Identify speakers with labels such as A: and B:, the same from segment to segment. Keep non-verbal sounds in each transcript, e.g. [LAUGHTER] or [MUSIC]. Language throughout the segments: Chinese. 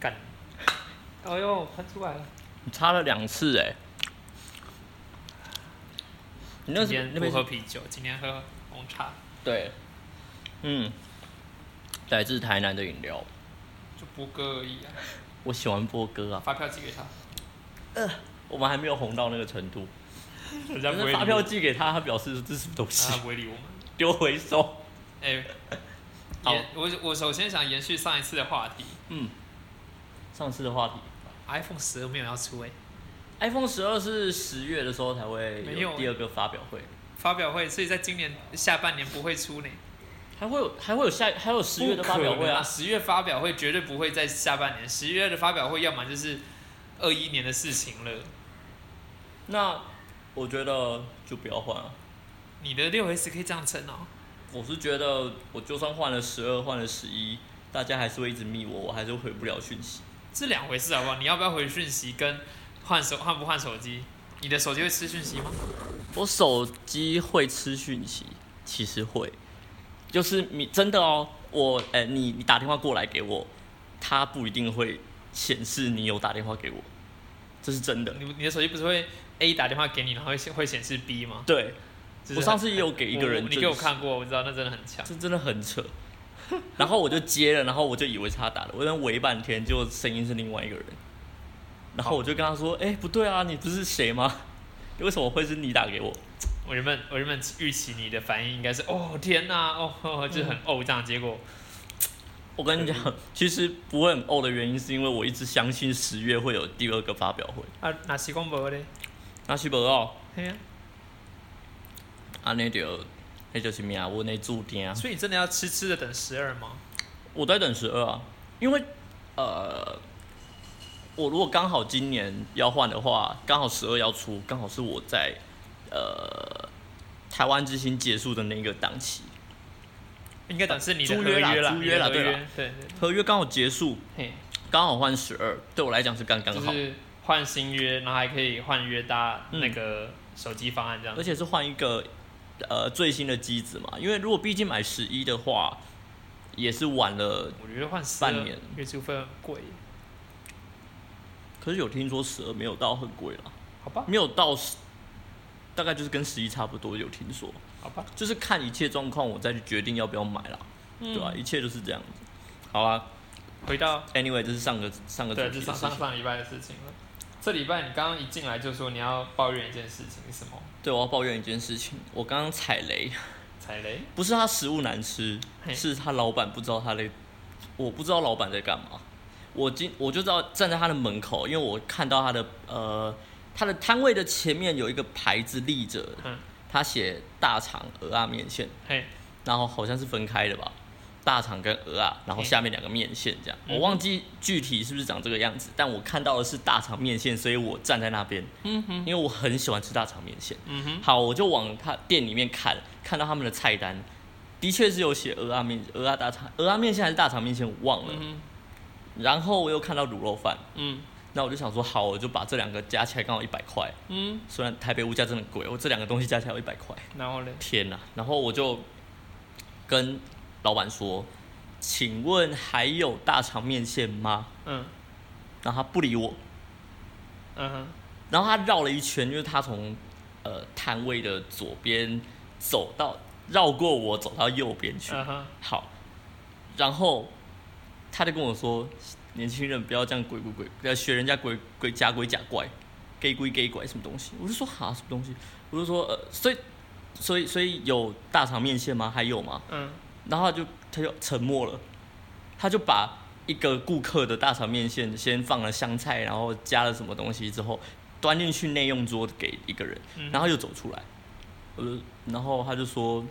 A: 干， [LAUGHS] 哎呦，喷出来了。
B: 你擦了两次哎、你那
A: 今天
B: 那
A: 不
B: 边
A: 喝啤酒，今天喝红茶，
B: 对，嗯，来自台南的饮料，
A: 就波哥而已啊。
B: 我喜欢波哥啊，
A: 发票寄给他，
B: 我们还没有红到那个程度。
A: 人家
B: 但
A: 不会
B: 是
A: 理我
B: 发票寄给他，他表示这是什么东
A: 啊他
B: 西，
A: 不会理我们。
B: 丢回收。
A: 哎、 [LAUGHS]
B: 好
A: 延我我首先想延续上一次的话题
B: 嗯，上次的话题
A: ，iPhone 十二没有要出哎、
B: ，iPhone 十二是十月的时候才会
A: 没有
B: 有第二个发表会，
A: 发表会，所以在今年下半年不会出呢。
B: 还会有还会有下还有十月的发表
A: 不可
B: 会
A: 能啊，
B: 啊。
A: 十月发表会绝对不会在下半年，十月的发表会要么就是二一年的事情了。
B: 那我觉得就不要换啊了。
A: 你的六 S 可以这样撑哦，
B: 我是觉得我就算换了十二，换了十一，大家还是会一直密我，我还是回不了讯息。
A: 这两回事好不好？你要不要回讯息跟换手换不换手机？你的手机会吃讯息吗？
B: 我手机会吃讯息，其实会，就是你真的哦，我哎、你你打电话过来给我，它不一定会显示你有打电话给我，这是真的。
A: 你你的手机不是会 A 打电话给你，然后会显会显示 B 吗？
B: 对，
A: 就是
B: 我
A: 很
B: 上次也有给一个人
A: 我
B: 就
A: 你
B: 是
A: 给我看过，我知道那真的很强。
B: 这真的很扯。 [LAUGHS] 然后我就接了，然后我就以为是他打的，我在那围半天，结果声音是另外一个人。然后我就跟他说：“哎、不对啊，你不是谁吗？ [LAUGHS] 为什么会是你打给我？”
A: 我原本我原本预期你的反应应该是哦天哪、哦哦就是
B: 嗯
A: 很哦这样，结果
B: 我跟你讲，其实不会很呕的原因，是因为我一直相信十月会有第二个发表会。
A: 啊哪习惯不嘞？
B: 那西伯奥，
A: 嘿哎呀、
B: 哦啊那就那就是咩啊？我那注定啊，
A: 所以你真的要痴痴的等十二吗？
B: 我在等十二啊，因为呃，我如果刚好今年要换的话，刚好十二要出，刚好是我在呃台湾之星结束的那个档期，
A: 应该等是你的
B: 租
A: 合
B: 约啦
A: 啦，
B: 租约啦
A: 你的合
B: 对
A: 约
B: 啦
A: 对对，
B: 合约刚好结束，
A: 嘿，
B: 刚好换十二，对我来讲是刚刚
A: 就
B: 好，嗯
A: 是换新约，然后还可以换约搭那个手机方案这样
B: 而。且是换一个呃最新的机子嘛，因为如果毕竟买十一的话，也是晚了，
A: 我觉得换十
B: 半年
A: 月租费很贵，
B: 可是有听说十二没有到很贵啦，
A: 好吧
B: 没有到10大概就是跟十一差不多，有听说。
A: 好吧，
B: 就是看一切状况，我再去决定要不要买啦，
A: 嗯
B: 对
A: 啊
B: 吧、一切就是这样子。好啊
A: 回到
B: ，Anyway，这是上个上个主
A: 对，
B: 题
A: 这
B: 的
A: 上
B: 事情
A: 上上礼拜的事情了。这礼拜你刚刚一进来就说你要抱怨一件事情，是什么？
B: 对，我要抱怨一件事情，我刚刚踩雷，
A: 踩雷？
B: 不是他食物难吃，
A: 嘿
B: 是他老板不知道他在，我不知道老板在干嘛。我今我就知道站在他的门口，因为我看到他的呃他的摊位的前面有一个牌子立着，
A: 嗯，
B: 他写大肠鹅啊面线，
A: 嘿，
B: 然后好像是分开的吧，大肠跟鹅啊，然后下面两个面线这样。
A: 嗯
B: 我忘记具体是不是长这个样子，但我看到的是大肠面线，所以我站在那边，
A: 嗯哼，
B: 因为我很喜欢吃大肠面线。
A: 嗯哼，
B: 好，我就往他店里面看，看到他们的菜单，的确是有写鹅啊面、鹅啊大肠、鹅啊面线还是大肠面线，我忘了。
A: 嗯哼，
B: 然后我又看到卤肉饭，
A: 嗯
B: 那我就想说，好，我就把这两个加起来刚好一百块。
A: 嗯，
B: 虽然台北物价真的贵，我这两个东西加起来有一百块。
A: 然后嘞，
B: 天呐、啊然后我就跟老板说：“请问还有大肠面线吗
A: 嗯？”
B: 然后他不理我，
A: 嗯哼，
B: 然后他绕了一圈，就是他从呃摊位的左边走到绕过我走到右边去。
A: 嗯哼，
B: 好，然后他就跟我说：“年轻人不要这样鬼鬼鬼，不要学人家鬼鬼假鬼假怪，给鬼给拐什么东西？”我就说：“哈，什么东西？”我就说：“呃，所以所以所以有大肠面线吗？还有吗？”
A: 嗯，
B: 然后他就他就沉默了，他就把一个顾客的大肠面线先放了香菜，然后加了什么东西之后，端进去内用桌给一个人，
A: 嗯
B: 然后又走出来，我就然后他就说，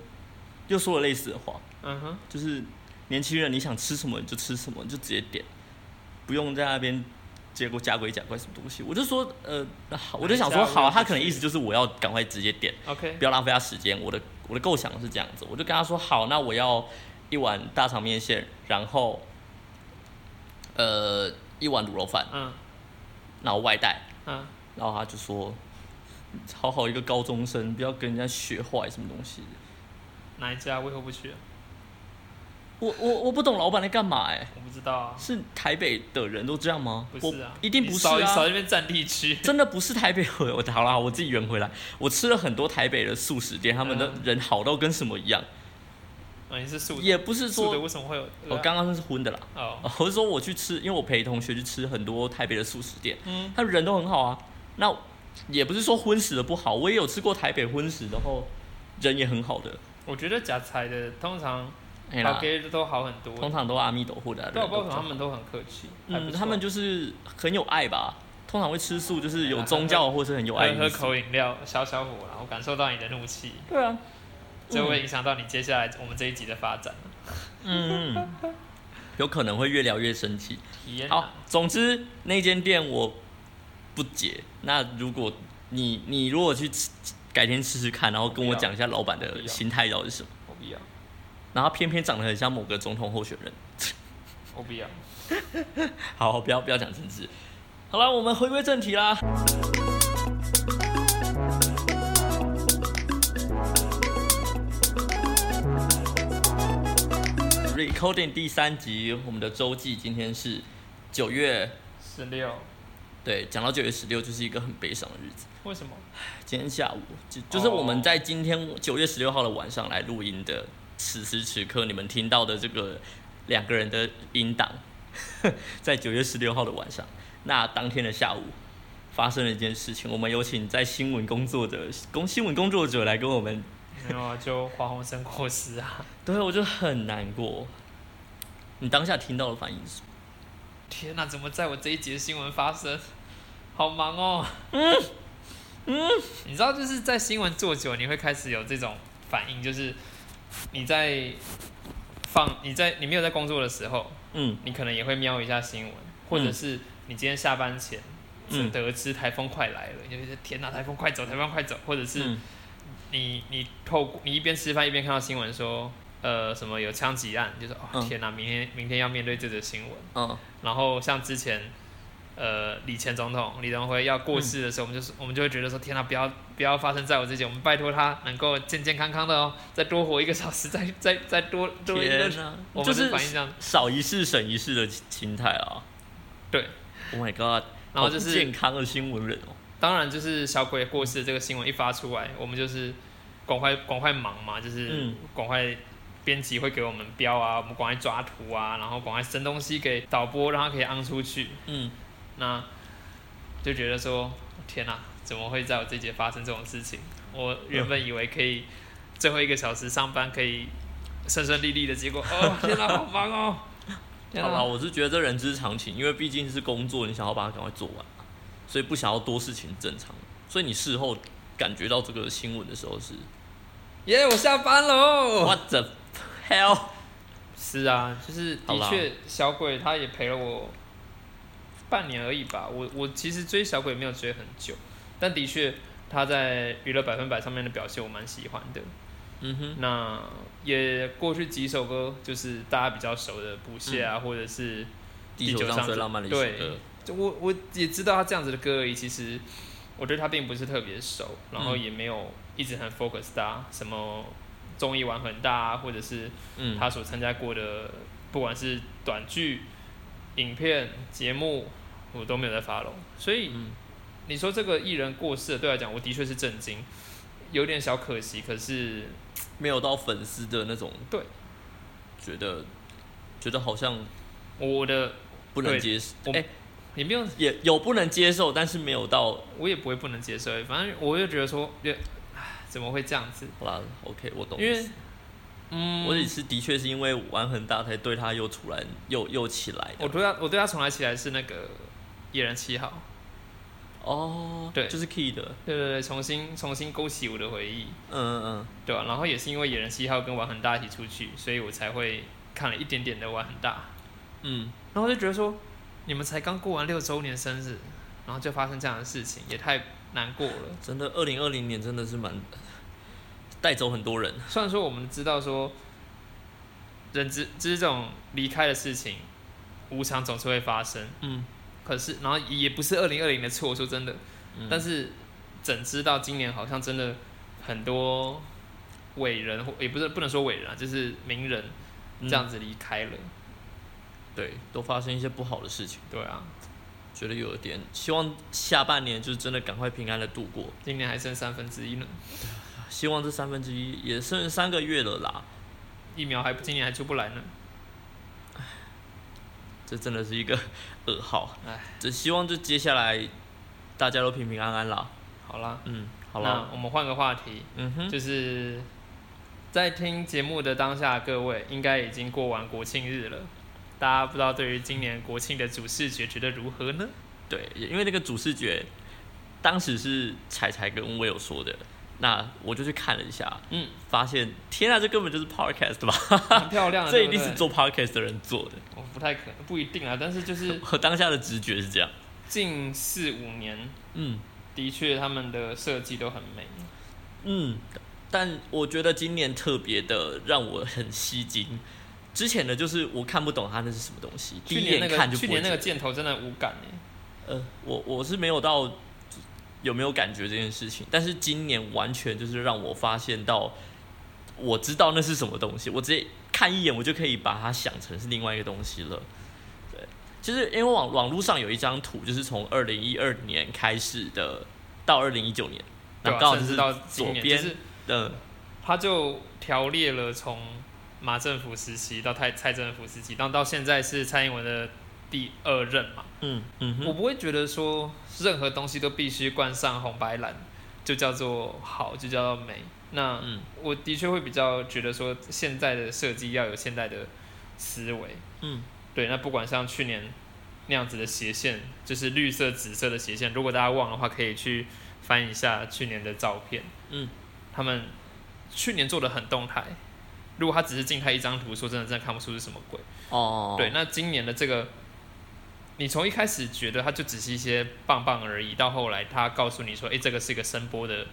B: 又说了类似的话，
A: 嗯哼，
B: 就是年轻人你想吃什么你就吃什么，你就直接点，不用在那边。结果假鬼假怪什么东西，我就说，呃，好，我就想说，
A: 哪一家我
B: 好，啊
A: 也不
B: 他可能
A: 去
B: 意思就是我要赶快直接点，
A: OK，
B: 不要浪费他时间。我的我的构想是这样子，我就跟他说好，那我要一碗大肠面线，然后呃一碗卤肉饭，
A: 嗯
B: 然后外带。
A: 嗯，
B: 然后他就说，好好一个高中生，不要跟人家学坏什么东西的。
A: 哪一家我以后不去了？
B: 我我我不懂老板在干嘛哎、
A: 我不知道啊，
B: 是台北的人都这样吗？
A: 不是啊，
B: 我一定
A: 你
B: 不是
A: 少少
B: 啊，
A: 那边占地区，
B: 真的不是台北人。我 [LAUGHS] 好啦，我自己圆回来，我吃了很多台北的素食店，他们的
A: 嗯
B: 人好到跟什么一样，
A: 啊，你是素的，
B: 也不是
A: 素的啊
B: 说
A: 为什么会有？
B: 我刚刚那是荤的啦，
A: 哦，
B: [LAUGHS] 我是说我去吃，因为我陪同学去吃很多台北的素食店，
A: 嗯，
B: 他们人都很好啊。那也不是说荤食的不好，我也有吃过台北荤食，然后人也很好的。
A: 我觉得假菜的通常
B: 哎
A: 老
B: 啦，
A: 给都好很多，
B: 通常都阿弥陀佛的啊、
A: 但我不知道为
B: 人
A: 什么他
B: 都
A: 们都很客气，还不啊
B: 嗯，
A: 错
B: 他们就是很有爱吧。通常会吃素，就是有
A: 哎呀
B: 宗教或是很有爱
A: 喝
B: 的
A: 喝
B: 意思。
A: 口饮料消消火啦，我感受到你的怒气，
B: 对啊，
A: 这会影响到你接下来我们这一集的发展。
B: 嗯，
A: [LAUGHS]
B: 有可能会越聊越生气。
A: 体验
B: 好
A: 啊，，
B: 总之那间店我不解。那如果你你如果去吃改天吃吃看，然后跟我讲一下老板
A: 不
B: 的
A: 要
B: 心态到底是什么，
A: 我不要，
B: 然后偏偏长得很像某个总统候选人。 [LAUGHS]
A: 我不要。
B: 好，不要不要讲政治。好了，我们回归正题啦。Recording 第三集，我们的周记今天是九月，
A: 十六，
B: 对，讲到九月十六就是一个很悲伤的日子。
A: 为什么？
B: 今天下午就就是
A: 哦
B: 我们在今天九月十六号的晚上来录音的，此时此刻你们听到的这个两个人的音档， [LAUGHS] 在九月十六号的晚上，那当天的下午发生了一件事情，我们有请在新闻工作的工新闻工作者来跟我们，
A: 没有啊，就华鸿生过世啊！
B: 对我就很难过。你当下听到的反应是什么？
A: [LAUGHS] 天哪、怎么在我这一集的新闻发生？好忙哦。 [LAUGHS] 嗯嗯，你知道，就是在新闻做久，你会开始有这种反应，就是你在放你在你没有在工作的时候，
B: 嗯
A: 你可能也会瞄一下新闻，或者是你今天下班前。
B: 嗯
A: 得知台风快来了，你就觉得天哪，台风快走，台风快走，或者是
B: 嗯
A: 你你透过你一边吃饭一边看到新闻说，呃，什么有枪击案，就说哦
B: 嗯
A: 天哪、明天明天要面对这则新闻。
B: 嗯
A: 然后像之前，呃，李前总统李登辉要过世的时候，我们就是我们就会觉得说，天哪、不要不要发生在我自己，我们拜托他能够健健康康的哦，再多活一个小时，再再再多多一个
B: 天，哪、
A: 我
B: 就
A: 们
B: 是嗯
A: 反应这样，
B: 少一事省一事的心态啊。
A: 对
B: ，Oh my god！
A: 然后就
B: 好
A: 是
B: 不健康的新闻人哦。
A: 当然，就是小鬼过世的这个新闻一发出来，我们就是赶快赶快忙嘛，就是
B: 嗯
A: 赶快编辑会给我们标啊，我们赶快抓图啊，然后赶快生东西给导播，让他可以昂出去。
B: 嗯，
A: 那就觉得说，天哪、怎么会在我这节发生这种事情？我原本以为可以最后一个小时上班可以顺顺利利的，结果哦，天哪、好忙哦！天
B: 好
A: 哪、
B: 吧，我是觉得这人之常情，因为毕竟是工作，你想要把它赶快做完嘛，所以不想要多事情正常。所以你事后感觉到这个新闻的时候是、
A: 耶我下班喽！
B: What the hell？
A: 是啊，就是
B: 好
A: 的
B: 啦
A: 确，小鬼他也陪了我半年而已吧。我我其实追小鬼没有追很久，但的确他在娱乐百分百上面的表现我蛮喜欢的。
B: 嗯哼，
A: 那也过去几首歌就是大家比较熟的《不屑》
B: 嗯
A: 啊，或者是
B: 地球上最浪漫的一首歌，
A: 就我我也知道他这样子的歌而已，其实我对他并不是特别熟，然后
B: 嗯
A: 也没有一直很 focus 他什么综艺玩很大啊，或者是
B: 嗯，
A: 他所参加过的，不管是短剧、影片、节目，我都没有在发龙。所以
B: 嗯
A: 你说这个艺人过世了，对我来讲，我的确是震惊，有点小可惜。可是
B: 没有到粉丝的那种，
A: 对，
B: 觉得觉得好像
A: 我的
B: 不能接受，
A: 我
B: 哎、
A: 也没有，
B: 也有不能接受，但是没有到
A: 我也不会不能接受。欸反正我就觉得说，也唉怎么会这样子？
B: 好啦，OK，我懂，
A: 因为嗯，
B: 我也是的确是因为玩很大才对他又突然又又起来的
A: 我对他，我对他从来起来是那个野人七号，
B: 哦，
A: 对
B: 就是 key 的，
A: 对对对，重新重新勾起我的回忆。
B: 嗯嗯嗯。
A: 对啊，然后也是因为野人七号跟玩很大一起出去，所以我才会看了一点点的玩很大，
B: 嗯
A: 然后就觉得说，你们才刚过完六周年生日，然后就发生这样的事情，也太难过了。
B: 真的，二零二零年真的是蛮带走很多人。
A: 虽然说我们知道说，人之就是这种离开的事情，无常总是会发生，
B: 嗯，
A: 可是然后也不是二零二零的错，说真的，但是整知道今年好像真的很多伟人，或也不是不能说伟人啊，就是名人
B: 嗯
A: 这样子离开了。
B: 对，都发生一些不好的事情，
A: 对啊，
B: 觉得有一点希望下半年就是真的赶快平安的度过。
A: 今年还剩三分之一呢，
B: 希望这三分之一也剩三个月了啦，
A: 疫苗还不今年还出不来呢。
B: 这真的是一个 [LAUGHS] 噩耗。
A: 唉，
B: 只希望就接下来大家都平平安安啦。
A: 好啦，
B: 嗯，好
A: 那
B: 啦，
A: 我们换个话题，
B: 嗯哼，
A: 就是在听节目的当下，各位应该已经过完国庆日了。大家不知道对于今年国庆的主视觉觉得如何
B: [LAUGHS]
A: 呢？
B: 对，也因为那个主视觉当时是彩彩跟威有说的，那我就去看了一下，
A: 嗯，
B: 发现天啊，这根本就是 podcast 吧？
A: 很漂亮的，
B: 这
A: 啊对
B: 一
A: 不
B: 定是
A: 对
B: 做 podcast 的人做的。
A: 我不太可不一定啊，但是就是
B: 我当下的直觉是这样。
A: 近四五年，
B: 嗯
A: 的确他们的设计都很美。
B: 嗯，但我觉得今年特别的让我很吸睛。之前的就是我看不懂它那是什么东西，第
A: 去
B: 一
A: 年那
B: 眼
A: 个
B: 看就
A: 去
B: 不会
A: 年那
B: 觉
A: 个
B: 得
A: 箭头真的无感哎、
B: 呃，我我是没有到有没有感觉这件事情，但是今年完全就是让我发现到，我知道那是什么东西，我直接看一眼我就可以把它想成是另外一个东西了。对，其实因为网网络上有一张图，就是从二零一二年开始的到二零一九年，
A: 对
B: 那
A: 吧、
B: 刚好就
A: 甚至
B: 是
A: 到
B: 左
A: 今年，就
B: 边
A: 是
B: 的
A: 他就条列了从马政府时期到蔡蔡政府时期，到到现在是蔡英文的第二任嘛。
B: 嗯嗯
A: 我
B: 哼，
A: 不会觉得说任何东西都必须冠上红白蓝，就叫做好，就叫做美。那
B: 嗯
A: 我的确会比较觉得说，现在的设计要有现代的思维。
B: 嗯，
A: 对，那不管像去年那样子的斜线，就是绿色、紫色的斜线，如果大家忘的话，可以去翻一下去年的照片。
B: 嗯，
A: 他们去年做的很动态，如果他只是静态一张图，说真的，真的看不出是什么鬼。
B: 哦，
A: 对，，那今年的这个，你从一开始觉得它就只是一些棒棒而已，到后来他告诉你说，哎、这个是一个声波的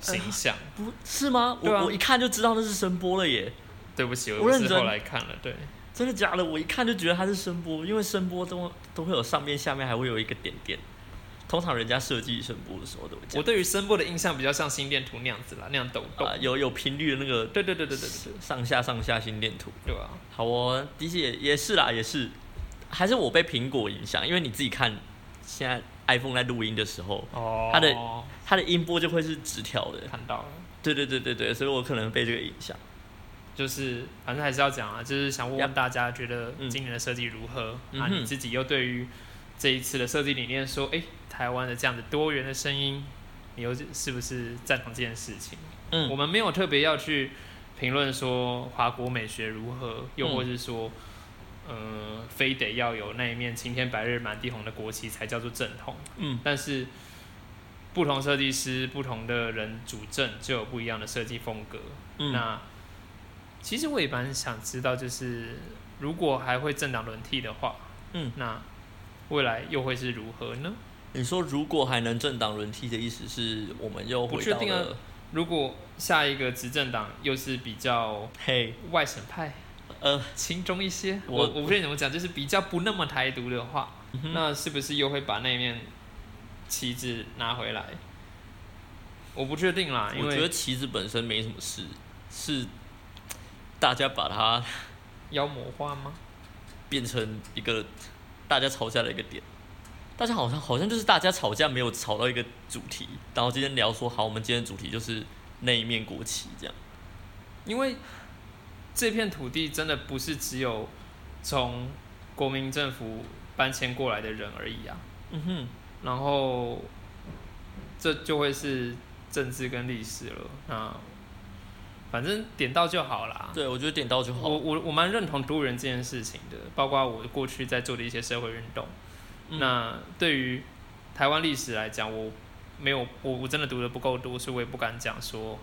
A: 形象。
B: 不是吗？我、
A: 对啊
B: 我一看就知道那是声波了耶。
A: 对不起，
B: 我
A: 我
B: 认
A: 是
B: 真
A: 后来看了，对，
B: 真的假的？我一看就觉得它是声波，因为声波都都会有上面、下面，还会有一个点点。通常人家设计声波的时候都会这
A: 我
B: 样。
A: 对于声波的印象比较像心电图那样子啦，那样抖动。
B: 啊、有有频率的那个
A: 对对对对对对
B: 上下上下心电图。
A: 对吧、
B: 好哦，的确也也是啦，也是，还是我被苹果影响，因为你自己看现在 iPhone 在录音的时候，
A: 哦
B: 它的它的音波就会是直条的。
A: 看到了，
B: 对对对对对，所以我可能被这个影响。
A: 就是反正还是要讲啊，就是想问问大家觉得
B: 嗯
A: 今年的设计如何？
B: 嗯
A: 啊，
B: 哼
A: 你自己又对于这一次的设计理念说，哎、台湾的这样子多元的声音，你又是不是赞同这件事情？
B: 嗯
A: 我们没有特别要去评论说华国美学如何，又
B: 嗯
A: 或是说。嗯、非得要有那一面青天白日满地红的国旗才叫做正统。
B: 嗯
A: 但是不同设计师、不同的人主政就有不一样的设计风格。
B: 嗯
A: 那其实我也蛮想知道，就是如果还会政党轮替的话，
B: 嗯，
A: 那未来又会是如何呢？
B: 你说如果还能政党轮替的意思是我们又
A: 不
B: 回
A: 确
B: 到
A: 定啊
B: 了
A: 如果下一个执政党又是比较
B: 嘿
A: 外省派、
B: 呃
A: 亲中一些，
B: 我嗯
A: 我我不确定怎么讲，就是比较不那么台独的话，那是不是又会把那一面旗帜拿回来？我不确定啦，因
B: 我觉得
A: 为
B: 棋子本身没什么事，是大家把它
A: 妖魔化吗？
B: 变成一个大家吵架的一个点。大家好像好像就是大家吵架没有吵到一个主题，然后今天聊说好，我们今天的主题就是那一面国旗这样。
A: 因为这片土地真的不是只有从国民政府搬迁过来的人而已啊，
B: 嗯哼，
A: 然后这就会是政治跟历史了。那反正点到就好啦。
B: 对，我觉得点到就
A: 我
B: 好。
A: 我我蛮认同都人这件事情的，包括我过去在做的一些社会运动。
B: 嗯
A: 那对于台湾历史来讲，我没有我我真的读的不够多，所以我也不敢讲说，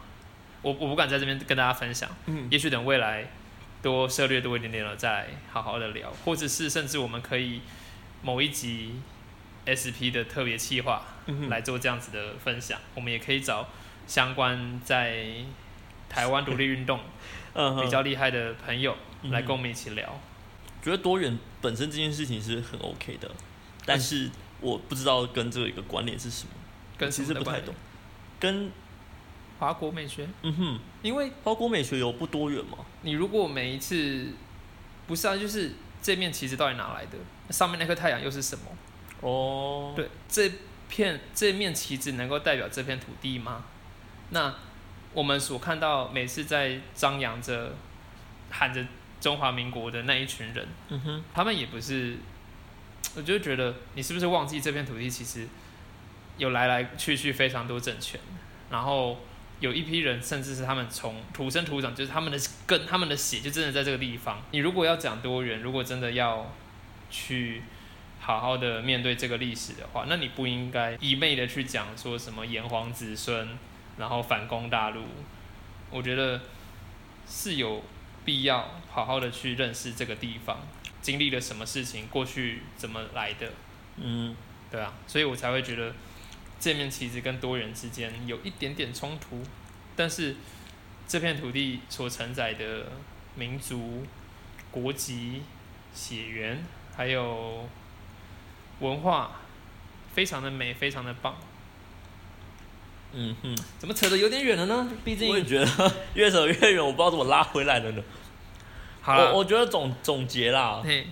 A: 我我不敢在这边跟大家分享。
B: 嗯
A: 也许等未来多涉略多一点点了，再好好的聊，或者是甚至我们可以某一集 SP 的特别企划
B: 嗯
A: 来做这样子的分享，我们也可以找相关在台湾独立运动
B: 嗯哼
A: 比较厉害的朋友
B: 嗯
A: 来跟我们一起聊。
B: 觉得多元本身这件事情是很 OK 的，但是我不知道跟这个一个关联是什么，
A: 跟
B: 我其
A: 什
B: 实
A: 么
B: 不
A: 的
B: 太
A: 关
B: 懂。跟
A: 华国美学，
B: 嗯哼，
A: 因为
B: 包括美学有不多元吗？
A: 你如果每一次不是啊，就是这面旗子到底哪来的？上面那颗太阳又是什么？
B: 哦，
A: 对，这片这面旗子能够代表这片土地吗？那我们所看到每次在张扬着、喊着中华民国的那一群人，
B: 嗯哼，
A: 他们也不是，我就觉得你是不是忘记这片土地其实有来来去去非常多政权，然后有一批人甚至是他们从土生土长，就是他们的根、他们的血就真的在这个地方。你如果要讲多元，如果真的要去好好的面对这个历史的话，那你不应该一昧的去讲说什么炎黄子孙，然后反攻大陆。我觉得是有必要好好的去认识这个地方，经历了什么事情，过去怎么来的，
B: 嗯，
A: 对啊，所以我才会觉得这面旗子跟多元之间有一点点冲突，但是这片土地所承载的民族、国籍、血缘，还有文化，非常的美，非常的棒。
B: 嗯哼，
A: 怎么扯得有点远了呢？毕
B: 我也
A: 竟
B: 觉得越走越远，我不知道怎么拉回来的呢。
A: 好了，
B: 我我觉得总总结啦，
A: 嘿，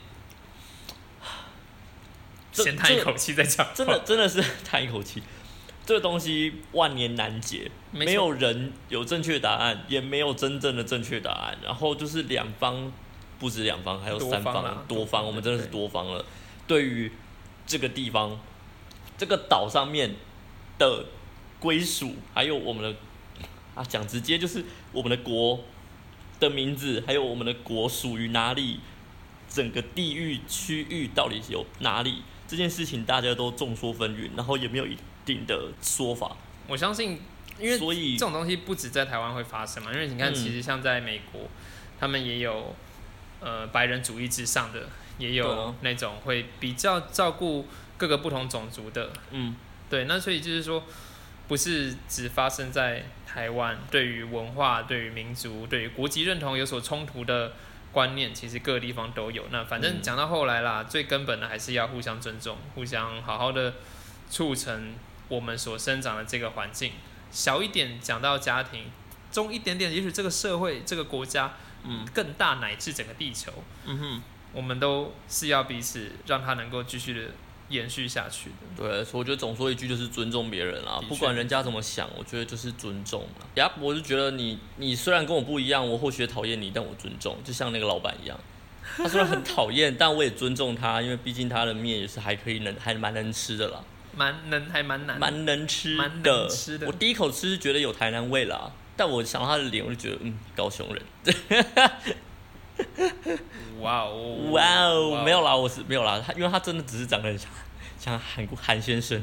B: 这
A: 先叹一口气再讲话，
B: 真的真的是 [LAUGHS] 叹一口气，这个东西万年难解，
A: 没错
B: 没有人有正确答案，也没有真正的正确答案。然后就是两方，不止两方，还有
A: 多
B: 三
A: 方
B: 方，
A: 啦
B: 多
A: 多
B: 方，
A: 方
B: 我们真的是
A: 对
B: 多方了。对于这个地方，这个岛上面的归属，还有我们的啊，讲直接就是我们的国的名字，还有我们的国属于哪里，整个地域区域到底有哪里这件事情，大家都众说纷纭，然后也没有一定的说法。
A: 我相信，因为
B: 所以
A: 这种东西不止在台湾会发生嘛，因为你看，
B: 嗯
A: 其实像在美国，他们也有呃白人主义至上的，也
B: 对
A: 有
B: 啊
A: 那种会比较照顾各个不同种族的，
B: 嗯，
A: 对，那所以就是说，不是只发生在台湾，对于文化、对于民族、对于国籍认同有所冲突的观念，其实各个地方都有。那反正
B: 嗯
A: 讲到后来啦，最根本的还是要互相尊重，互相好好的促成我们所生长的这个环境。小一点讲到家庭，中一点点，也许这个社会、这个国家，
B: 嗯，
A: 更大乃至整个地球，
B: 嗯哼，
A: 我们都是要彼此让它能够继续的延续下去的。
B: 对，所以我觉得总说一句就是尊重别人啦
A: 的，确
B: 不管人家怎么想，我觉得就是尊重啦。呀，我就觉得你你虽然跟我不一样，我或许也讨厌你，但我尊重，就像那个老板
A: [LAUGHS]
B: 一样，他虽然很讨厌，但我也尊重他，因为毕竟他的面也是还可以能还蛮能吃的啦，
A: 蛮能还蛮难的，
B: 蛮能吃的。
A: 蛮能吃的
B: 我第一口吃是觉得有台南味啦，但我想到他的脸，我就觉得嗯，高雄人。
A: 哇哦，
B: 哇哦
A: 哇，哦
B: 没有啦，我是没有啦，他因为他真的只是长得很像像韩国韩先生，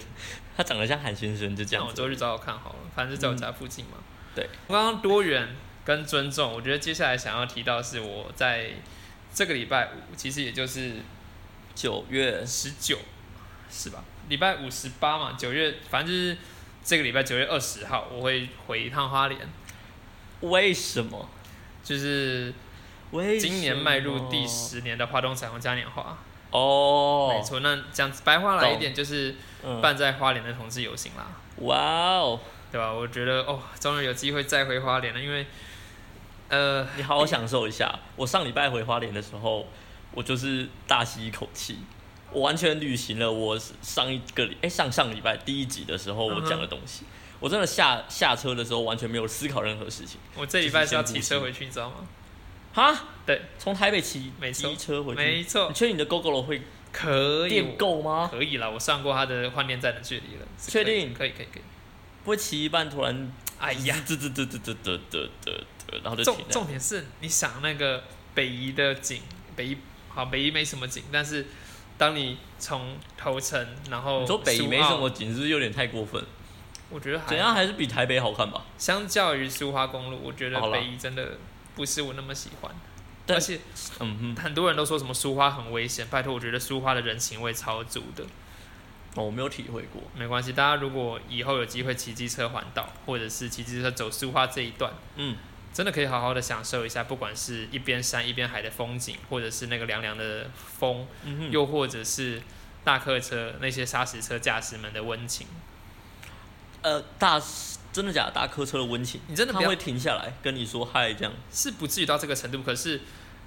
B: 他长得像韩先生就这
A: 那
B: 样
A: 我
B: 子。
A: 周日找我看好了，反正就在我家附近嘛。
B: 嗯对，
A: 刚刚多元跟尊重，我觉得接下来想要提到的是我在这个礼拜五，其实也就是
B: 九月
A: 十九，是吧？礼拜五十八嘛，九月，反正就是这个礼拜九月二十号，我会回一趟花莲，
B: 为什么？
A: 就是
B: 为什么
A: 今年迈入第十年的花东彩虹嘉年华。
B: 哦，
A: 没，错，那讲白话来一点，就是
B: 嗯，
A: 办在花莲的同志游行啦。
B: 哇哦，
A: 对吧？我觉得哦，终于有机会再回花莲了，因为呃，
B: 你好好享受一下。我上礼拜回花莲的时候，我就是大吸一口气，我完全履行了我上一个礼哎、上上礼拜第一集的时候我讲的东西。我真的下下车的时候完全没有思考任何事情。
A: 我这礼拜是要骑车回去，你知道吗？
B: 哈，
A: 对，
B: 从台北骑
A: 没错
B: 机车回去，
A: 没错
B: 你，确定你的 GoGo 会
A: 可以
B: 电够吗？
A: 可以啦，我上过他的换电站的距离了，是可以
B: 确定
A: 可以可以可以。
B: 不会骑一半突然
A: 哎呀，，
B: 嘚嘚嘚嘚嘚嘚嘚嘚，然后就
A: 重
B: 停了。
A: 重点是你想那个北宜的景，北宜好北宜没什么景，但是当你从头城，然后
B: 你说北宜
A: 苏澳
B: 没什么，景，是不是有点太过分？
A: 我觉得还
B: 怎样还是比台北好看吧？
A: 相较于苏花公路，我觉得
B: 好啦
A: 北宜真的不是我那么喜欢，
B: 但
A: 而且。
B: 嗯
A: 很多人都说什么苏花很危险，拜托，我觉得苏花的人情味超足的。
B: 哼，哦，我没有体会过。
A: 没关系，大家如果以后有机会骑机车环岛，或者是骑机车走苏花这一段，
B: 嗯，
A: 真的可以好好的享受一下，不管是一边山一边海的风景，或者是那个凉凉的风，
B: 嗯哼，
A: 又或者是大客车那些砂石车驾驶们的温情。
B: 呃，大真的假的？大客车的温情，
A: 你真的
B: 他
A: 不要
B: 会停下来跟你说嗨这样。
A: 是不至于到这个程度，可是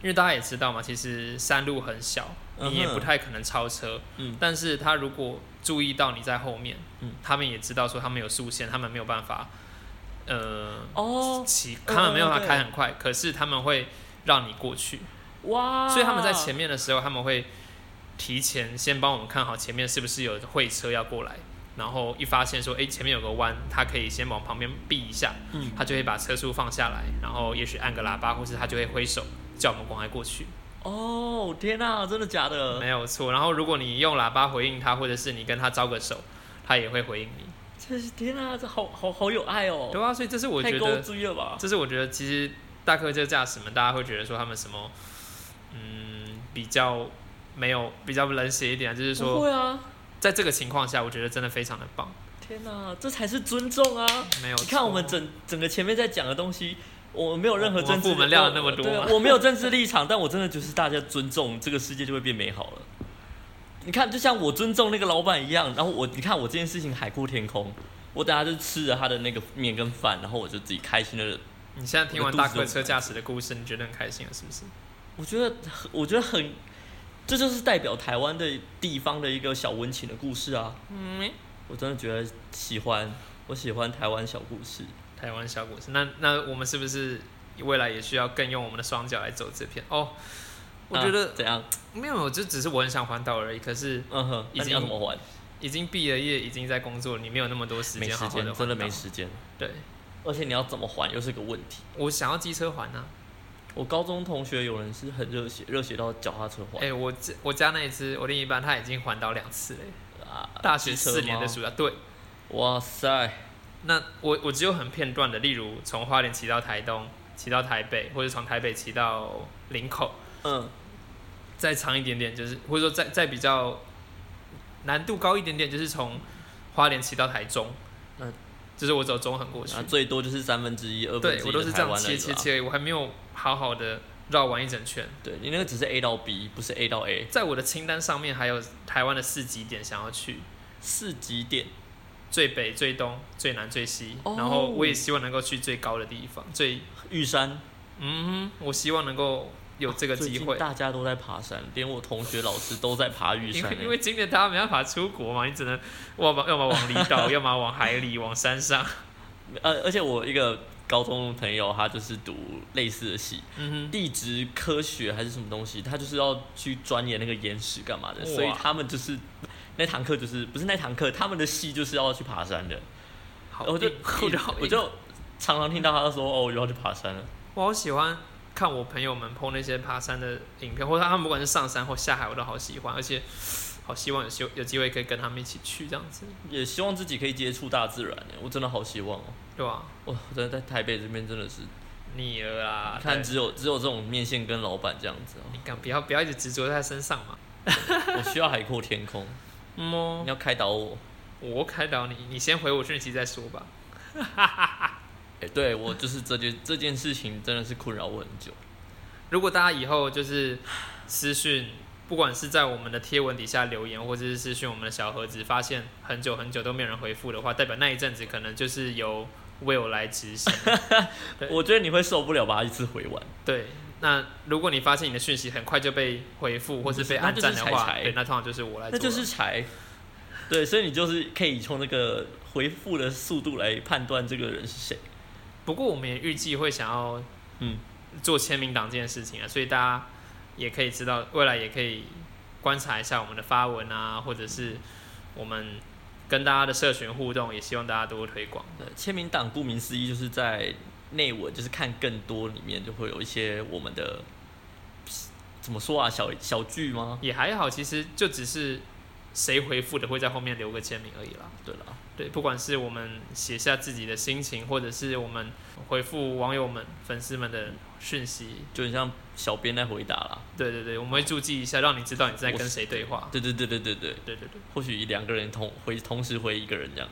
A: 因为大家也知道嘛，其实山路很小，你也
B: 嗯哼
A: 不太可能超车。
B: 嗯
A: 但是他如果注意到你在后面，
B: 嗯
A: 他们也知道说他们有速限，他们没有办法，呃，
B: 哦，
A: 骑，
B: 嗯
A: 他们没有办法
B: 嗯对哦
A: 开很快，可是他们会让你过去，
B: 哇！
A: 所以他们在前面的时候，他们会提前先帮我们看好前面是不是有会车要过来，然后一发现说，哎、前面有个弯，他可以先往旁边避一下，
B: 嗯
A: 他就会把车速放下来，然后也许按个喇叭，或是他就会挥手叫我们赶快过去，
B: 哦，天哪、真的假的？
A: 没有错。然后如果你用喇叭回应他，或者是你跟他招个手，他也会回应你。
B: 这是天哪、这好好好有爱哦，
A: 对啊，所以这是我
B: 太
A: 觉
B: 高
A: 得，
B: 追了吧？
A: 这是我觉得其实大客车驾驶们，大家会觉得说他们什么，嗯，比较没有比较冷血一点啊，就是
B: 不
A: 说。
B: 会啊，
A: 在这个情况下，我觉得真的非常的棒，
B: 天哪、这才是尊重啊！
A: 没有错。
B: 你看我们整整个前面在讲的东西，我没有任何
A: 啊我
B: 政治，
A: 我们料了那么多啊
B: 对
A: 吗
B: 我没有政治立场，但我真的就是大家尊重，这个世界就会变美好了。你看，就像我尊重那个老板一样，然后我你看我这件事情海阔天空，我等下就吃了他的那个面跟饭，然后我就自己开心的，
A: 你现在听完大客车驾驶的故事，你觉得很开心了是不是？
B: 我觉得很我觉得很，这就是代表台湾的地方的一个小温情的故事啊！
A: 嗯，
B: 我真的觉得喜欢，我喜欢台湾小故事。
A: 台湾小故事。那那我们是不是未来也需要更用我们的双脚来走这片？哦，我觉
B: 啊
A: 得、
B: 怎样？
A: 没有，就只是我很想环岛而已。可是
B: 嗯哼，
A: 已
B: 那你
A: 经
B: 要怎么玩？
A: 已经毕了业，已经在工作，你没有那么多时
B: 没
A: 间
B: 时
A: 好好
B: 间，
A: 的
B: 真的没时间。
A: 对，
B: 而且你要怎么还又是个问题。
A: 我想要机车环啊。
B: 我高中同学有人是很热血，热血到脚踏车
A: 哎、
B: 还、
A: 我这我家那一只，我另一半他已经环岛两次了。
B: 啊，
A: 大学
B: 机车
A: 四年的
B: 吗
A: 暑假，对。
B: 哇塞，
A: 那我我只有很片段的，例如从花莲骑到台东，骑到台北，或者从台北骑到林口，
B: 嗯，
A: 再长一点点，就是或者说再再比较难度高一点点，就是从花莲骑到台中，
B: 嗯
A: 就是我走中横过去，
B: 啊，最多就是三分之一、二分
A: 对
B: 之一啊
A: 我都
B: 的
A: 是这
B: 台
A: 样
B: 湾而已
A: 切切
B: 啦。
A: 切而已，我还没有好好的绕完一整圈。
B: 对你那个只是 A 到 B，不是 A 到 A，
A: 在我的清单上面还有台湾的四极点想要去，
B: 四级点
A: 最北、最东、最南、最西，
B: 哦
A: 然后我也希望能够去最高的地方，最
B: 玉山
A: 嗯哼，我希望能够有这个
B: 最
A: 机
B: 近
A: 会。
B: 大家都在爬山，连我同学、老师都在爬玉
A: 因
B: 山、
A: 为
B: 欸。
A: 因为今年大家没办法出国嘛，你只能要么要么往离
B: [LAUGHS]
A: 岛，要么往海里，往山上。
B: 呃，而且我一个高中朋友，他就是读类似的系，
A: 嗯
B: 地质科学还是什么东西，他就是要去钻研那个岩石干嘛的，
A: 哇
B: 所以他们就是那堂课就是不是那堂课，他们的系就是要去爬山的。
A: 哼，好硬，
B: 我就
A: 我
B: 我
A: 就 [LAUGHS]
B: 就
A: 好硬
B: 我就常常听到他说哦，我又要去爬山了。
A: 我好喜欢看我朋友们 PO 那些爬山的影片，或者他们不管是上山或下海，我都好喜欢，而且好希望有机有机会可以跟他们一起去这样子，
B: 也希望自己可以接触大自然欸，我真的好希望哦。
A: 对吧、
B: 哇，我真的在台北这边真的是，
A: 你了啦，
B: 看
A: 啊对
B: 只有只有这种面线跟老板这样子
A: [LAUGHS] 你敢不要不要一直执着在他身上嘛？
B: 哦，我需要海阔天空，
A: 嗯
B: 你
A: 哦，
B: 要开导我。
A: 我开导你，你先回我讯息再说吧。
B: 哎、对我就是这件这件事情真的是困扰我很久。
A: 如果大家以后就是私讯，不管是在我们的贴文底下留言，或者是私讯我们的小盒子，发现很久很久都没有人回复的话，代表那一阵子可能就是由 Will 来执行。对
B: 我觉得你会受不了把它一次回完。
A: 对，那如果你发现你的讯息很快就被回复或是被按赞的
B: 那就是
A: 话，
B: 柴柴
A: 对，那通常就是我来
B: 那
A: 做了。
B: 就是柴。对，所以你就是可以从那个回复的速度来判断这个人是谁。
A: 不过我们也预计会想要
B: 嗯
A: 做签名档这件事情啊，所以大家也可以知道，未来也可以观察一下我们的发文啊，或者是我们跟大家的社群互动，也希望大家多推广。
B: 对，签名档顾名思义就是在内文，就是看更多里面就会有一些我们的怎么说啊，小小剧吗？
A: 也还好，其实就只是谁回复的会在后面留个签名而已啦。
B: 对了，
A: 对，不管是我们写下自己的心情，或者是我们回复网友们、粉丝们的讯息，
B: 就很像小编在回答啦。
A: 对对对，我们会注记一下，让你知道你在跟谁对话。
B: 对对对对对对，
A: 对对对，
B: 或许两个人同回同时回一个人这样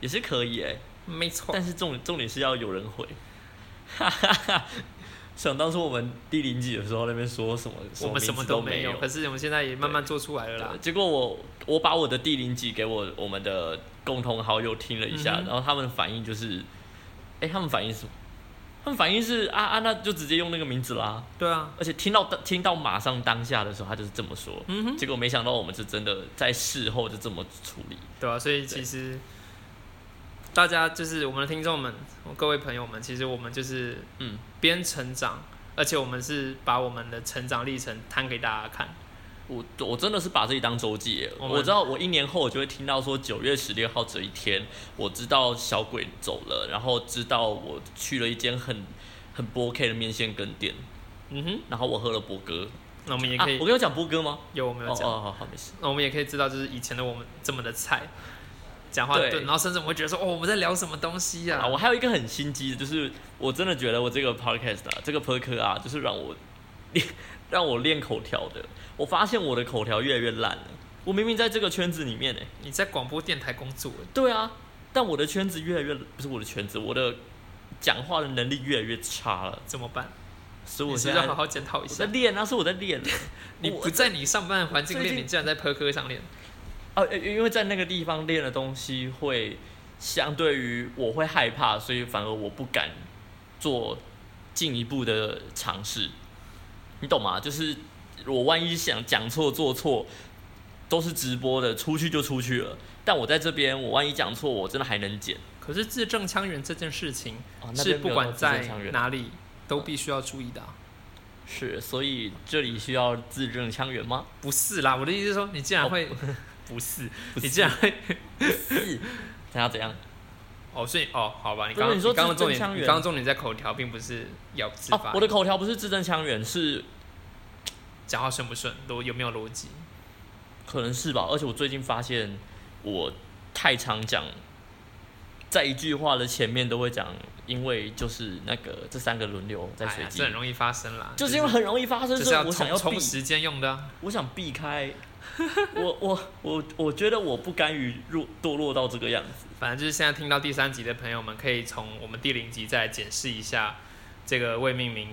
B: 也是可以哎、
A: 没错。
B: [LAUGHS] 但是重重点是要有人回。 [LAUGHS] 哈哈哈！想当初我们第零集的时候，那边说什么，
A: 我们什么
B: 名字
A: 都
B: 都
A: 没
B: 有
A: 有，。可是我们现在也慢慢做出来了啦
B: 对。结果我我把我的第零集给我我们的共同好友听了一下，
A: 嗯哼
B: 然后他们的反应就是，哎、他们反应是什么？他们反应是啊啊，那就直接用那个名字啦。
A: 对啊，
B: 而且听到听到马上当下的时候，他就是这么说。
A: 嗯哼，
B: 结果没想到我们是真的在事后就这么处理。
A: 对啊，所以其实大家就是我们的听众们，各位朋友们，其实我们就是
B: 嗯，
A: 边成长，而且我们是把我们的成长历程摊给大家看。
B: 我我真的是把自己当周记耶。
A: 我
B: 我
A: 们
B: 知道我一年后我就会听到说九月十六号这一天，我知道小鬼走了，然后知道我去了一间很很不 OK 的面线羹店，
A: 嗯哼，
B: 然后我喝了波哥。
A: 那我们也可
B: 啊、
A: 以、
B: 我跟有讲波哥吗？
A: 有我
B: 哦
A: 们有
B: 哦
A: 讲，
B: 哦，好没事。
A: 那我们也可以知道，就是以前的我们这么的菜，讲话
B: 对
A: 对，然后甚至我们会觉得说，哦，我们在聊什么东西呀、
B: 啊，我还有一个很心机的，就是我真的觉得我这个 podcast 啊，这个 p e r k 啊，就是让我练让我练口条的。我发现我的口条越来越烂了。我明明在这个圈子里面呢、
A: 你在广播电台工作，
B: 对啊，但我的圈子越来越不是我的圈子，我的讲话的能力越来越差了。
A: 怎么办？
B: 所以
A: 你
B: 我
A: 是
B: 现
A: 不是
B: 在
A: 要好好检讨一
B: 我
A: 下
B: 在。练啊，是我在练 [LAUGHS] 啊。
A: 你
B: 我
A: 不在你上班的环境
B: 最
A: 练，
B: 近
A: 你竟然在 p e r k 上练，
B: 啊，呃因为在那个地方练的东西会相对于我会害怕，所以反而我不敢做进一步的尝试，你懂吗？就是我万一想讲错做错，都是直播的，出去就出去了。但我在这边，我万一讲错，我真的还能剪。
A: 可是字正腔圆这件事情
B: 哦那边
A: 是
B: 没
A: 不
B: 有
A: 管
B: 字正
A: 在
B: 腔圆
A: 哪里都必须要注意的啊、
B: 是，所以这里需要字正腔圆吗？
A: 不是啦，我的意思是说，你竟然
B: [LAUGHS]
A: 会、不是，你竟然会
B: 是，怎样怎样？
A: 哦，所以哦，好吧，你
B: 不是
A: 刚刚
B: 你说
A: 刚刚的
B: 字
A: 重
B: 正
A: 点，
B: 腔
A: 你
B: 圆
A: 刚刚重点在口条，并不是咬字
B: 哦
A: 法，，
B: 我的口条不是字正腔圆，是
A: 讲话顺不顺，逻有没有逻辑？
B: 可能是吧，而且我最近发现我太常讲，在一句话的前面都会讲，因为就是那个这三个轮流在
A: 哎
B: 随
A: 呀，
B: 机，
A: 这很容易发生啦，
B: 就是因为很容易发生，
A: 就是
B: 所以
A: 要
B: 我想
A: 冲
B: 避
A: 冲，时间用的啊、
B: 我想避开。我我我我觉得我不甘于落堕落到这个样子，
A: 反正就是现在听到第三集的朋友们，可以从我们第零集再来检视一下这个未命名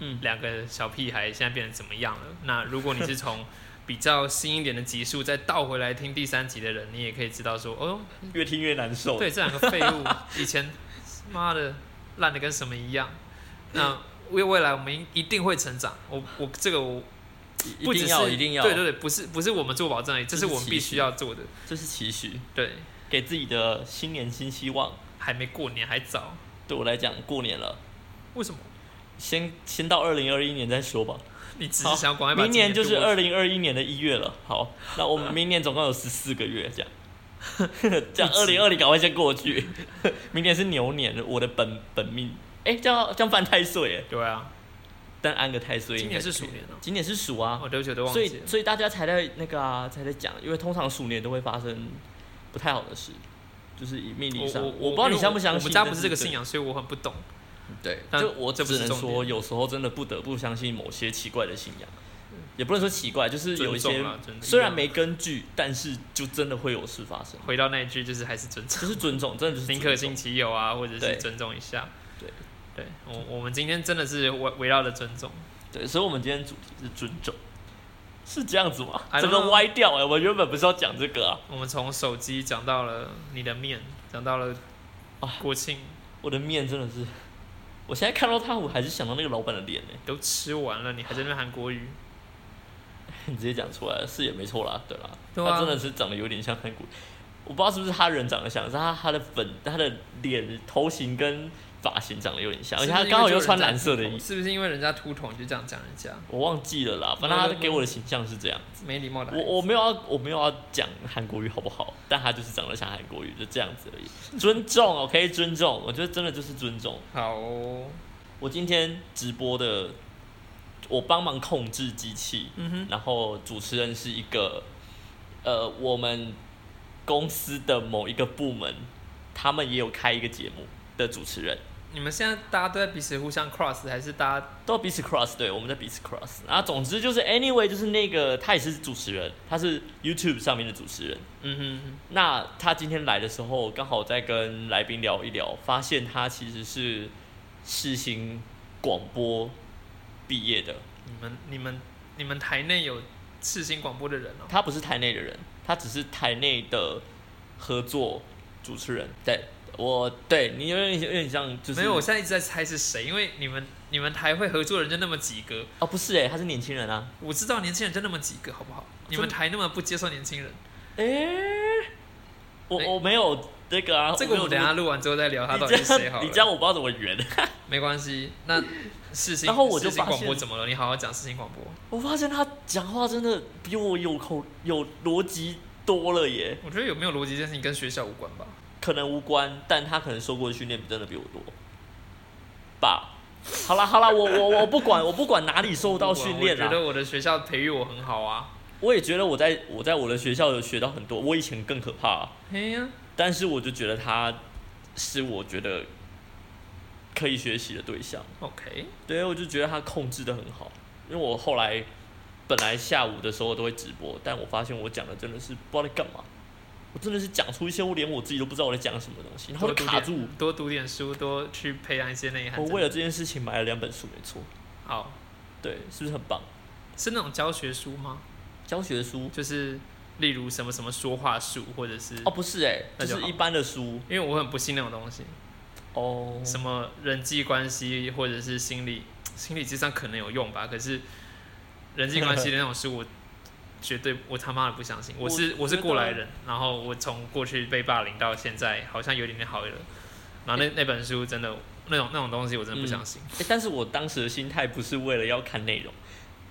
B: 嗯，
A: 两个小屁孩现在变成怎么样了。那如果你是从比较新一点的集数再倒回来听第三集的人，你也可以知道说，
B: [LAUGHS]
A: 哦，
B: 越听越难受。
A: 对，这两个废物以前妈的烂的跟什么一样。那未未来我们一定会成长，我我这个我
B: 一，
A: 不
B: 一
A: 只
B: 定
A: 是
B: 要一定要，
A: 对对对，不是不是我们做保证而已，这
B: 这
A: 是
B: 是
A: 我们必须要做的。
B: 这是期许，
A: 对，
B: 给自己的新年新希望。
A: 还没过年还早，
B: 对我来讲，过年了，
A: 为什么？
B: 先先到二零二一年再说吧。
A: 你只
B: 好
A: 是想要赶快把
B: 明
A: 今
B: 年就
A: 度
B: 是
A: 过
B: 二零二一年的一月了。好，那我们明年总共有十四个月，
A: [LAUGHS]
B: 这样，这样二零二零赶快先过去。 [LAUGHS] 明年是牛年，我的本本命，哎、这样这样犯太岁哎，
A: 对啊，
B: 但安个太岁
A: 今
B: 应该
A: 年
B: 可以。
A: 是鼠年哦，
B: 今年是鼠啊，
A: 哦，对不起，我都忘
B: 所
A: 记
B: 以
A: 了。
B: 所以大家才在那个啊，才在讲，因为通常鼠年都会发生不太好的事，就是以命理
A: 我
B: 上，
A: 我
B: 不知道你相不相
A: 我
B: 信，
A: 们家不是这个
B: 但
A: 信仰，所以我很不懂。
B: 对，
A: 但
B: 就我
A: 这不
B: 只
A: 是
B: 能
A: 重点
B: 说，有时候真的不得不相信某些奇怪的信仰，也不能说奇怪，就是有一
A: 尊重
B: 些
A: 啦真的
B: 虽然
A: 一样
B: 没根据，但是就真的会有事发生，
A: 回到那一句，就是还是尊重，
B: 就是 [LAUGHS] 尊重，真的就是
A: 宁可
B: 尊
A: 信
B: 重。
A: 其有啊，或者是
B: 对
A: 尊重一下。
B: 对，
A: 对我我们今天真的是围围绕着尊重。
B: 对，所以我们今天主题是尊重，是这样子吗？
A: I don't
B: 整个
A: know
B: 歪掉哎、我原本不是要讲这个啊，
A: 我们从手机讲到了你的面，讲到了
B: 啊
A: 国庆
B: 我的面真的是，我现在看到他，我还是想到那个老板的脸哎、
A: 都吃完了，你还在那边韩国语，
B: [LAUGHS] 你直接讲出来了是也没错啦，对啦，
A: 对啊
B: 他真的是长得有点像韩国，我不知道是不是他人长得像，但是他他的粉他的脸头型跟发型长得有点像，而且他刚好又穿蓝色的衣服，
A: 啊是不是因为人家秃头你就这样讲人家
B: 我忘记了啦，反正他给我的形象是这样。
A: 没礼貌的孩
B: 我
A: 子？
B: 我没有要我没有要讲韩国语好不好，但他就是长得像韩国语，就这样子而已。尊重，OK，尊重，我觉得真的就是尊重。
A: 好哦，
B: 我今天直播的，我帮忙控制机器，
A: 嗯哼，
B: 然后主持人是一个，呃，我们公司的某一个部门，他们也有开一个节目的主持人，
A: 你们现在大家都在彼此互相 cross，还是大家
B: 都彼此 cross，对，我们在彼此 cross。啊，总之就是 anyway，就是那个他也是主持人，他是 YouTube 上面的主持人。
A: 嗯哼
B: 那他今天来的时候，刚好在跟来宾聊一聊，发现他其实是世新广播毕业的，
A: 哼，你们你们你们台内有赤星广播的人哦，
B: 他不是台内的人，他只是台内的合作主持人。对，我对你有点有点像，就是
A: 没有，我现在一直在猜是谁，因为你们你们台会合作的人就那么几个，
B: 哦，不是哎，他是年轻人啊，
A: 我知道年轻人就那么几个，好不好？你们台那么不接受年轻人，
B: 哎、我
A: 哎
B: 我没有这个啊，
A: 这个我
B: 没有
A: 们等一下录完之后再聊他到底是
B: 你这
A: 谁好
B: 样
A: 了。
B: 你这样我不知道怎么圆。 [LAUGHS]
A: 没关系，那事情
B: 然后我就
A: 事情
B: 发现
A: 广播怎么了？你好好讲事情广播，
B: 我发现他讲话真的比我有口有逻辑多了耶，
A: 我觉得有没有逻辑这件事情跟学校无关吧？
B: 可能无关，但他可能受过的训练真的比我多吧。好啦好啦，我我我不管，我不管哪里受到训练
A: 我觉
B: 啊啦，
A: 得我的学校培育我很好啊。
B: 我也觉得我在我在我的学校有学到很多，我以前更可怕、
A: 嘿呀、
B: 但是我就觉得他是我觉得可以学习的对象。
A: o k
B: 对，我就觉得他控制的很好，因为我后来本来下午的时候我都会直播，但我发现我讲的真的是不知道在干嘛，我真的是讲出一些我连我自己都不知道我在讲什么东西，然后
A: 多
B: 就
A: 读
B: 卡
A: 点
B: 住。
A: 多读点书，多去培养一些内涵。
B: 我
A: 真的
B: 为了这件事情买了两本书，没错，
A: 好
B: 对，是不是很棒？
A: 是那种教学书吗？
B: 教学书
A: 就是例如什么什么说话术，或者是、
B: 哦，不是哎、
A: 那
B: 就
A: 就是好
B: 一般的书
A: 因为我很不信那种东西，
B: 哦。
A: 什么人际关系或者是心理心理智商可能有用吧，可是人际关系的那种书我。绝对，我他妈的不相信。我是
B: 我
A: 我是
B: 觉得
A: 过来人，然后我从过去被霸凌到现在，好像有点点好了。然后那那本书真的那种那种东西，我真的不相信。
B: 欸但是我当时的心态不是为了要看内容，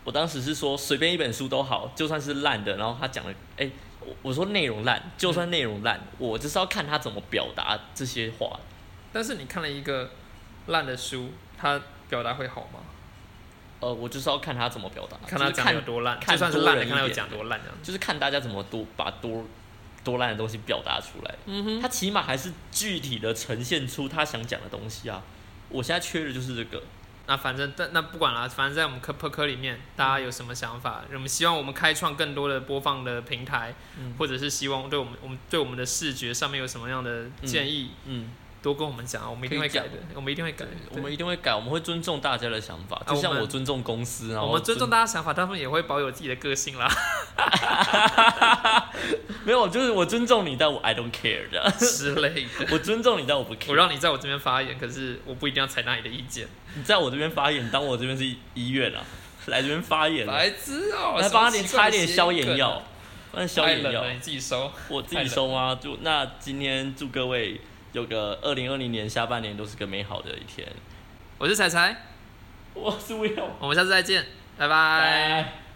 B: 我当时是说随便一本书都好，就算是烂的，然后他讲的，哎、我我说内容烂，就
A: 嗯
B: 算内容烂，我就是要看他怎么表达这些话。
A: 但是你看了一个烂的书，它表达会好吗？
B: 呃，我就是要看他怎么表达，
A: 看他
B: 啊就是
A: 讲有
B: 看
A: 多烂，
B: 看
A: 就算是烂
B: 多
A: 的，
B: 人一
A: 看他有
B: 点
A: 讲多烂这样子。
B: 就是看大家怎么多把多多烂的东西表达出来。
A: 嗯哼，
B: 他起码还是具体的呈现出他想讲的东西啊。我现在缺的就是这个。
A: 那反正但那不管了，反正在我们科科科里面，大
B: 嗯
A: 家有什么想法？我们希望我们开创更多的播放的平台，
B: 嗯
A: 或者是希望对我们我们对我们的视觉上面有什么样的建议，
B: 嗯，
A: 多跟我们讲啊，我们一定会改的
B: 可以，
A: 我们一定会改的。
B: 我
A: 对啊
B: 们一定会改，我们会尊重大家的想法，就像
A: 我们
B: 我尊重公司，然后
A: 我们尊重大家想法，他们也会保有自己的个性
B: [LAUGHS]
A: 啦。
B: 没有，就是我尊重你，但我 I don't
A: [LAUGHS]
B: care 的。
A: 之类的。
B: 我尊重你，但我不
A: 我
B: care。
A: 让你在我这边发言，可是我不一定要采纳你的意见。
B: 你在我这边发言，当我这边是医院啊，来这边发言啊，
A: 白痴哦、
B: 来
A: 什么
B: 帮你
A: 奇怪
B: 擦
A: 的
B: 一点
A: 谐音
B: 消炎
A: 梗啊
B: 药，那消
A: 太
B: 炎
A: 冷
B: 药
A: 了，你自己收。
B: 我自己收吗？就那今天祝各位有个二零二零年下半年都是个美好的一天。
A: 我是彩彩，
B: 我是 Will，
A: 我们下次再见，拜拜。
B: 拜。